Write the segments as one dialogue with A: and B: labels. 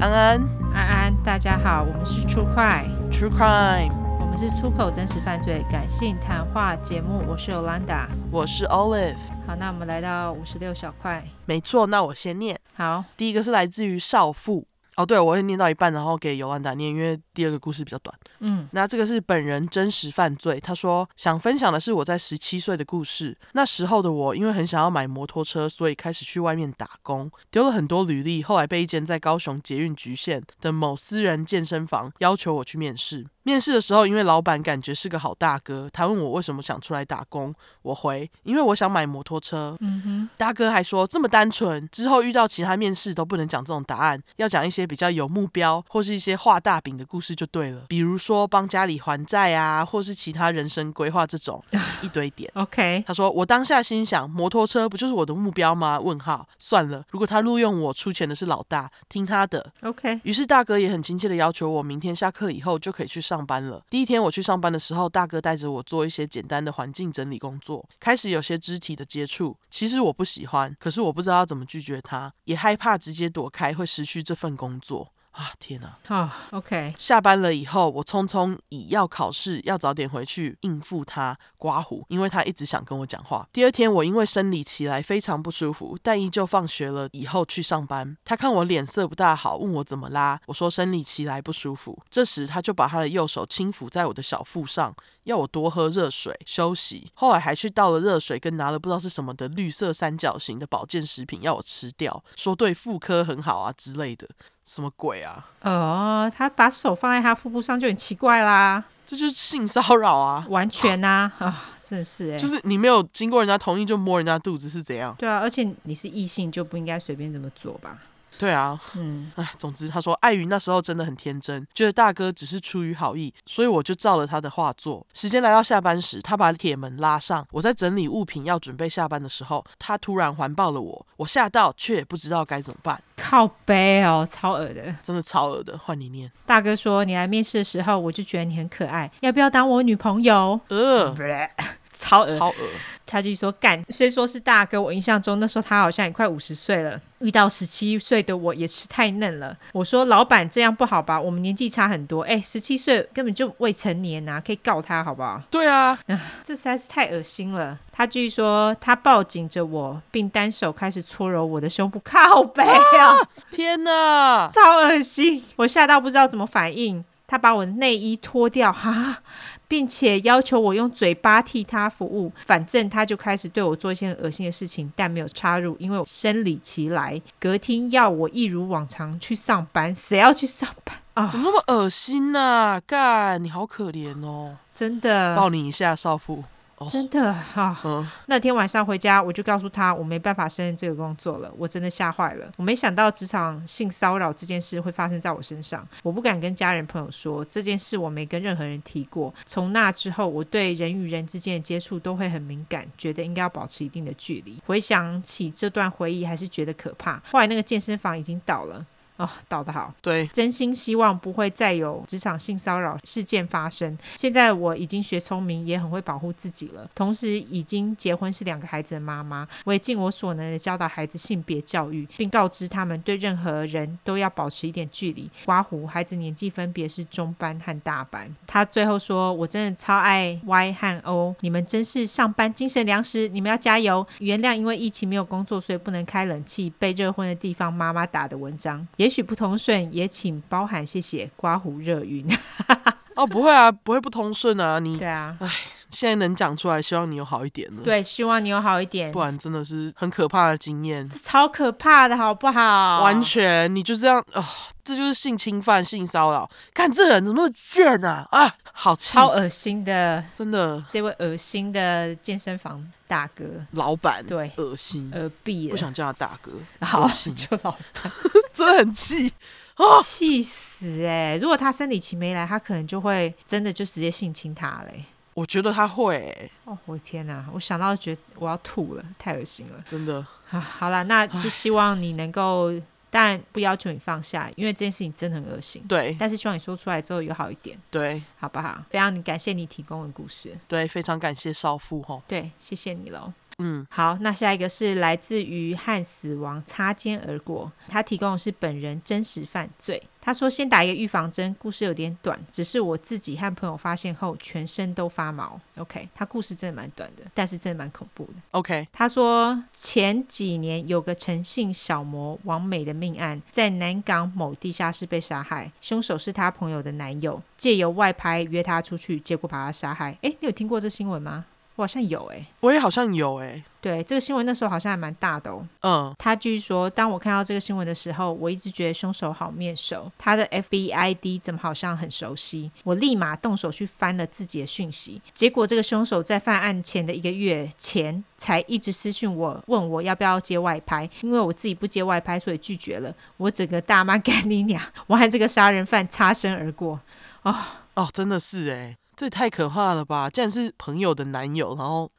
A: 安安
B: 安安，大家好，我们是出快，
A: ，True Crime，
B: 我们是出口真实犯罪感性谈话节目，我是 Olanda。
A: 我是 Olive。
B: 好，那我们来到五十六小块。
A: 没错，那我先念。
B: 好，
A: 第一个是来自于少妇。哦，对，我会念到一半，然后给尤兰达念，因为第二个故事比较短。
B: 嗯
A: 那这个是本人真实犯罪。他说想分享的是我在十七岁的故事。那时候的我，因为很想要买摩托车，所以开始去外面打工，丢了很多履历。后来被一间在高雄捷运局限的某私人健身房要求我去面试。面试的时候，因为老板感觉是个好大哥，他问我为什么想出来打工，我回因为我想买摩托车。
B: 嗯哼，
A: 大哥还说这么单纯，之后遇到其他面试都不能讲这种答案，要讲一些比较有目标或是一些画大饼的故事就对了，比如说帮家里还债啊，或是其他人生规划这种一堆点。
B: ，OK，
A: 他说：“我当下心想，摩托车不就是我的目标吗？”问号，算了，如果他录用我，出钱的是老大，听他的。
B: OK，
A: 于是大哥也很亲切的要求我，明天下课以后就可以去上班了。第一天我去上班的时候，大哥带着我做一些简单的环境整理工作，开始有些肢体的接触。其实我不喜欢，可是我不知道要怎么拒绝他，也害怕直接躲开会失去这份工作。啊，天哪！
B: 好、o k
A: 下班了以后，我匆匆以要考试，要早点回去应付他刮胡，因为他一直想跟我讲话。第二天，我因为生理期来非常不舒服，但依旧放学了以后去上班。他看我脸色不大好，问我怎么啦，我说生理期来不舒服。这时，他就把他的右手轻抚在我的小腹上，要我多喝热水休息。后来还去倒了热水，跟拿了不知道是什么的绿色三角形的保健食品要我吃掉，说对妇科很好啊之类的，什么鬼啊？
B: 哦，他把手放在他腹部上就很奇怪啦，
A: 这就是性骚扰啊！
B: 完全呐、啊，真的是哎、
A: 就是你没有经过人家同意就摸人家肚子是怎样？
B: 对啊，而且你是异性就不应该随便这么做吧？
A: 对啊，
B: 嗯
A: 唉，总之他说碍于那时候真的很天真，觉得大哥只是出于好意，所以我就照了他的话做。时间来到下班时，他把铁门拉上，我在整理物品要准备下班的时候，他突然环抱了我，我吓到，却也不知道该怎么办，
B: 靠背哦，超恶的。
A: 真的超恶的，换你念，
B: 大哥说：“你来面试的时候，我就觉得你很可爱，要不要当我女朋友
A: 呃，？”
B: 嗯超恶
A: 超恶，
B: 他就说干，虽说是大哥，我印象中那时候他好像也快五十岁了，遇到十七岁的我也是太嫩了。我说老板这样不好吧，我们年纪差很多，哎，十七岁根本就未成年呐、可以告他好不好？
A: 对啊，
B: 这实在是太恶心了。他继续说，他抱紧着我，并单手开始搓揉我的胸部，靠背啊，
A: 天哪，
B: 超恶心！我吓到不知道怎么反应。他把我的内衣脱掉，哈，并且要求我用嘴巴替他服务。反正他就开始对我做一些很恶心的事情，但没有插入，因为我生理期来。隔天要我一如往常去上班，谁要去上班啊
A: 怎？么那么恶心呐、干，你好可怜哦，
B: 真的
A: 抱，你一下，少妇，哦
B: 嗯真的哈。啊
A: 嗯。
B: 那天晚上回家，我就告诉他我没办法胜任这个工作了，我真的吓坏了。我没想到职场性骚扰这件事会发生在我身上，我不敢跟家人朋友说这件事，我没跟任何人提过。从那之后，我对人与人之间的接触都会很敏感，觉得应该要保持一定的距离。回想起这段回忆，还是觉得可怕。后来那个健身房已经倒了。哦，倒得好。
A: 对，
B: 真心希望不会再有职场性骚扰事件发生。现在我已经学聪明，也很会保护自己了，同时已经结婚，是两个孩子的妈妈。我也尽我所能的教导孩子性别教育，并告知他们对任何人都要保持一点距离。刮胡孩子年纪分别是中班和大班。他最后说：“我真的超爱 Y 和 O，你们真是上班精神粮食，你们要加油！原谅因为疫情没有工作，所以不能开冷气，被热昏的地方妈妈打的文章，也许不通顺，也请包涵，谢谢。刮胡热 晕，
A: 哦，不会啊，不会不通顺啊。你
B: 对 啊，
A: 现在能讲出来，希望你有好一点了。，
B: 对，希望你有好一点
A: 不。然真的是很可怕的经验。
B: 这超可怕的好不好？
A: 完全，你就这样啊、这就是性侵犯、性骚扰。看这人怎么那么贱啊！啊，好气，
B: 超恶心的，
A: 真的，
B: 这位恶心的健身房大哥，
A: 老板
B: 对
A: 恶心，
B: 耳壁
A: 不
B: 了，
A: 想叫他大哥，
B: 好
A: 恶心，
B: 就老
A: 真的很气。
B: 气死哎、如果他生理期没来，他可能就会真的就直接性侵他嘞、
A: 我觉得他会、欸
B: 哦，我的天哪、我想到觉得我要吐了，太恶心了。
A: 真 的
B: 啊，好啦，那就希望你能够，但不要求你放下，因为这件事情真的很恶心。
A: 对
B: 但是希望你说出来之后有好一点，
A: 对
B: 好不好？非常感谢你提供的故事，
A: 对，非常感谢少妇哈。
B: 对，谢谢你喽。
A: 嗯，
B: 好，那下一个是来自于和死亡擦肩而过，他提供的是本人真实犯罪。他说先打一个预防针，故事有点短，只是我自己和朋友发现后全身都发毛。OK，他故事真的蛮短的，但是真的蛮恐怖的。
A: OK，
B: 他说前几年有个诚信小魔王美的命案，在南港某地下室被杀害，凶手是他朋友的男友，借由外拍约他出去，结果把他杀害。诶，你有听过这新闻吗？我好像有诶。
A: 我也好像有哎、
B: 对，这个新闻那时候好像还蛮大的哦。
A: 嗯，
B: 他继续说，当我看到这个新闻的时候，我一直觉得凶手好面熟，他的 FBID 怎么好像很熟悉？我立马动手去翻了自己的讯息，结果这个凶手在犯案前的一个月前才一直私讯我，问我要不要接外拍，因为我自己不接外拍，所以拒绝了。我整个大妈干你娘！我和这个杀人犯擦身而过。
A: 哦，真的是哎、这也太可怕了吧！竟然是朋友的男友，然后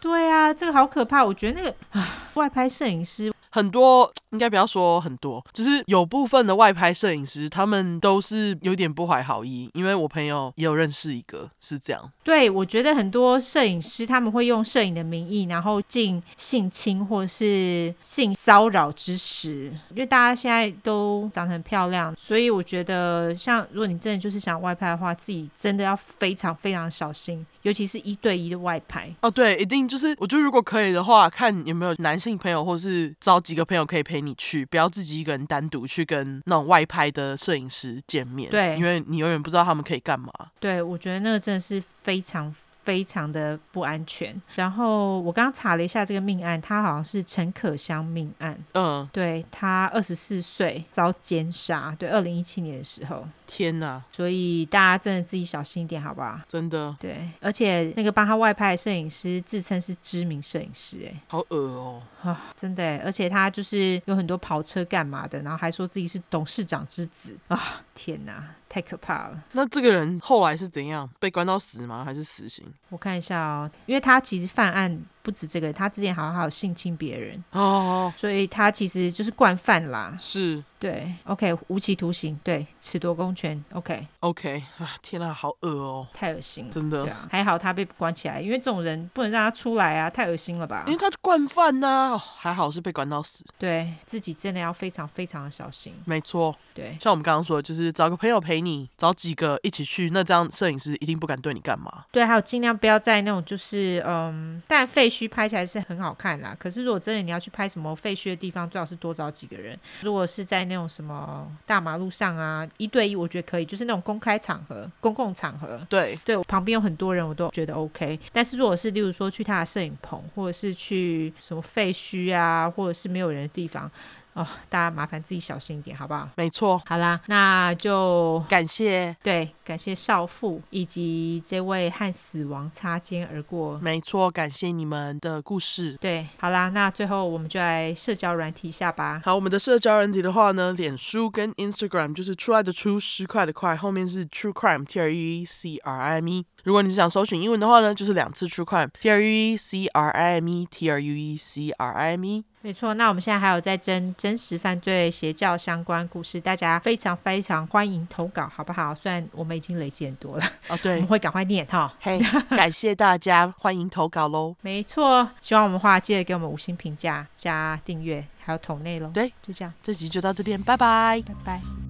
B: 对啊，这个好可怕。我觉得那个唉外拍摄影师
A: 很多应该不要说很多，就是有部分的外拍摄影师，他们都是有点不怀好意，因为我朋友也有认识一个是这样，
B: 对，我觉得很多摄影师他们会用摄影的名义，然后进性侵或是性骚扰之实，因为大家现在都长得很漂亮，所以我觉得像如果你真的就是想外拍的话，自己真的要非常非常小心，尤其是一对一的外拍。
A: 哦，对，一定就是，我觉得如果可以的话，看有没有男性朋友，或是找几个朋友可以陪你去，不要自己一个人单独去跟那种外拍的摄影师见面，
B: 对
A: 因为你永远不知道他们可以干嘛。
B: 对，我觉得那个真的是非常非常的不安全。然后我刚刚查了一下这个命案，它好像是陈可香命案，
A: 嗯，
B: 对她二十四岁遭奸杀，对，二零一七年的时候。
A: 天哪，
B: 所以大家真的自己小心一点，好不好？
A: 真的
B: 对，而且那个帮他外拍的摄影师自称是知名摄影师、诶，
A: 好恶哦、
B: 哎，啊，真的、诶，而且他就是有很多跑车干嘛的，然后还说自己是董事长之子啊！天哪，太可怕了！
A: 那这个人后来是怎样？被关到死吗？还是死刑？
B: 我看一下哦，因为他其实犯案不止这个，他之前好像还有性侵别人，
A: 哦，
B: 所以他其实就是惯犯啦。
A: 是
B: 对，OK，无期徒刑，对，褫夺公权，OK，
A: OK 啊，天哪，好恶哦、
B: 太恶心了。
A: 真的
B: 对。啊，还好他被关起来，因为这种人不能让他出来啊，太恶心了吧
A: 因？为他惯犯呐、哦还好是被关到死，
B: 对自己真的要非常非常的小心。
A: 没错。
B: 对，
A: 像我们刚刚说的，就是找个朋友陪你，找几个一起去，那这样摄影师一定不敢对你干嘛。
B: 对，还有尽量不要在那种就是嗯，但废墟拍起来是很好看啦。可是如果真的你要去拍什么废墟的地方，最好是多找几个人。如果是在那种什么大马路上啊，一对一我觉得可以，就是那种公开场合、公共场合。
A: 对，
B: 对我旁边有很多人，我都觉得 OK。但是如果是例如说去他的摄影棚，或者是去什么废墟啊，或者是没有人的地方，哦，大家麻烦自己小心一点，好不好？
A: 没错。
B: 好啦，那就
A: 感谢，
B: 对，感谢少妇以及这位和死亡擦肩而过。
A: 没错，感谢你们的故事。
B: 对，好啦，那最后我们就来社交软体一下吧。
A: 好，我们的社交人体的话呢，脸书跟 Instagram 就是出来的出，十块的块，后面是 True Crime T R U E C R I M E。如果你是想搜寻英文的话呢，就是两次 True Crime T R U E C R I M E T R U E C R I M E。
B: 没错，那我们现在还有在征真实犯罪、邪教相关故事，大家非常非常欢迎投稿，好不好？虽然我们已经累积很多了，
A: 哦，
B: 我
A: 对
B: 们，会赶快念哈。
A: 嘿，感谢大家，欢迎投稿喽。
B: 没错，喜欢我们的话，记得给我们五星评价、加订阅，还有投内容。
A: 对，
B: 就这样，
A: 这集就到这边，拜拜。
B: 拜拜。